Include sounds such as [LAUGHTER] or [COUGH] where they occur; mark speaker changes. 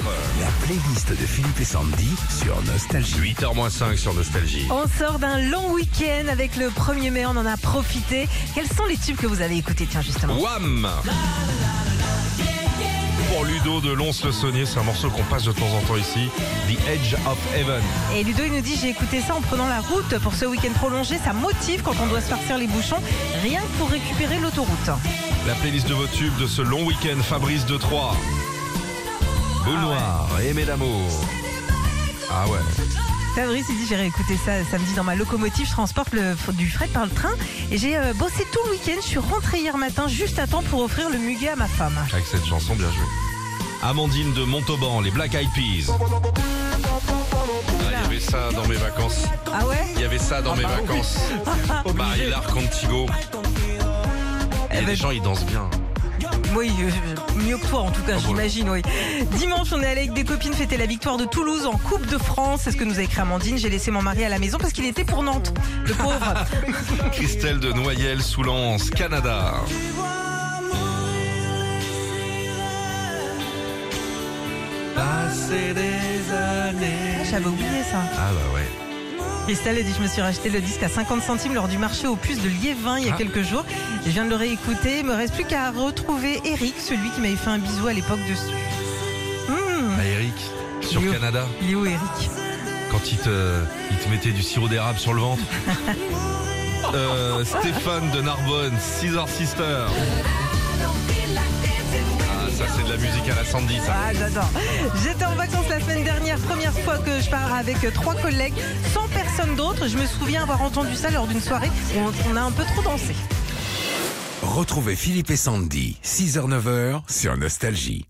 Speaker 1: La playlist de Philippe et Sandy sur Nostalgie.
Speaker 2: 8h-5 sur Nostalgie.
Speaker 3: On sort d'un long week-end avec le 1er mai, on en a profité. Quels sont les tubes que vous avez écoutés, tiens, justement
Speaker 2: Wham Pour Ludo de Lons-le-Saunier, c'est un morceau qu'on passe de temps en temps ici. The Edge of Heaven.
Speaker 3: Et Ludo, il nous dit J'ai écouté ça en prenant la route pour ce week-end prolongé. Ça motive quand on doit se farcir les bouchons, rien que pour récupérer l'autoroute.
Speaker 2: La playlist de vos tubes de ce long week-end, Fabrice de Troyes. Boule noire, aimé d'amour. Ah ouais.
Speaker 3: Fabrice, il dit J'ai réécouté ça samedi dans ma locomotive. Je transporte le, du fret par le train et j'ai euh, bossé tout le week-end. Je suis rentrée hier matin juste à temps pour offrir le muguet à ma femme.
Speaker 2: Avec cette chanson, bien joué. Amandine de Montauban, les Black Eyed Peas. Ah, Il y avait ça dans mes vacances.
Speaker 3: Ah ouais
Speaker 2: Il y avait ça dans mes vacances. Marie-Lar Contigo. Il y a
Speaker 3: ben-
Speaker 2: des gens, ils dansent bien.
Speaker 3: Oui, euh, mieux que toi en tout cas,
Speaker 2: Ah bon.
Speaker 3: j'imagine, oui. Dimanche, on est allé avec des copines fêter la victoire de Toulouse en Coupe de France. C'est ce que nous a écrit Amandine. J'ai laissé mon mari à la maison parce qu'il était pour Nantes,
Speaker 2: [LAUGHS]
Speaker 3: le pauvre. Ah,
Speaker 2: Christelle de Noyelles, Soulance, Canada. Passer des années.
Speaker 3: J'avais oublié ça.
Speaker 2: Ah bah ouais.
Speaker 3: Christelle a dit Je me suis racheté le disque à 50 centimes lors du marché aux puces de Liévin il y a
Speaker 2: Ah.
Speaker 3: quelques jours. Je viens de le réécouter. Il me reste plus qu'à retrouver Eric, celui qui m'avait fait un bisou à l'époque dessus. Hmm,
Speaker 2: Ah Eric, sur
Speaker 3: Yo.
Speaker 2: Canada,
Speaker 3: Il est où Eric
Speaker 2: quand il te, il te mettait du sirop d'érable sur le [LAUGHS] ventre. Euh, Stéphane de Narbonne, Scissor Sister. Ah ça c'est de la musique à la Sandy ça.
Speaker 3: Ah, j'adore. J'étais en vacances la semaine dernière, première fois que je pars avec euh, trois collègues, sans personne d'autre. Je me souviens avoir entendu ça lors d'une soirée où on- on a un peu trop dansé.
Speaker 1: Retrouvez Philippe et Sandy, 6h-9h sur Nostalgie.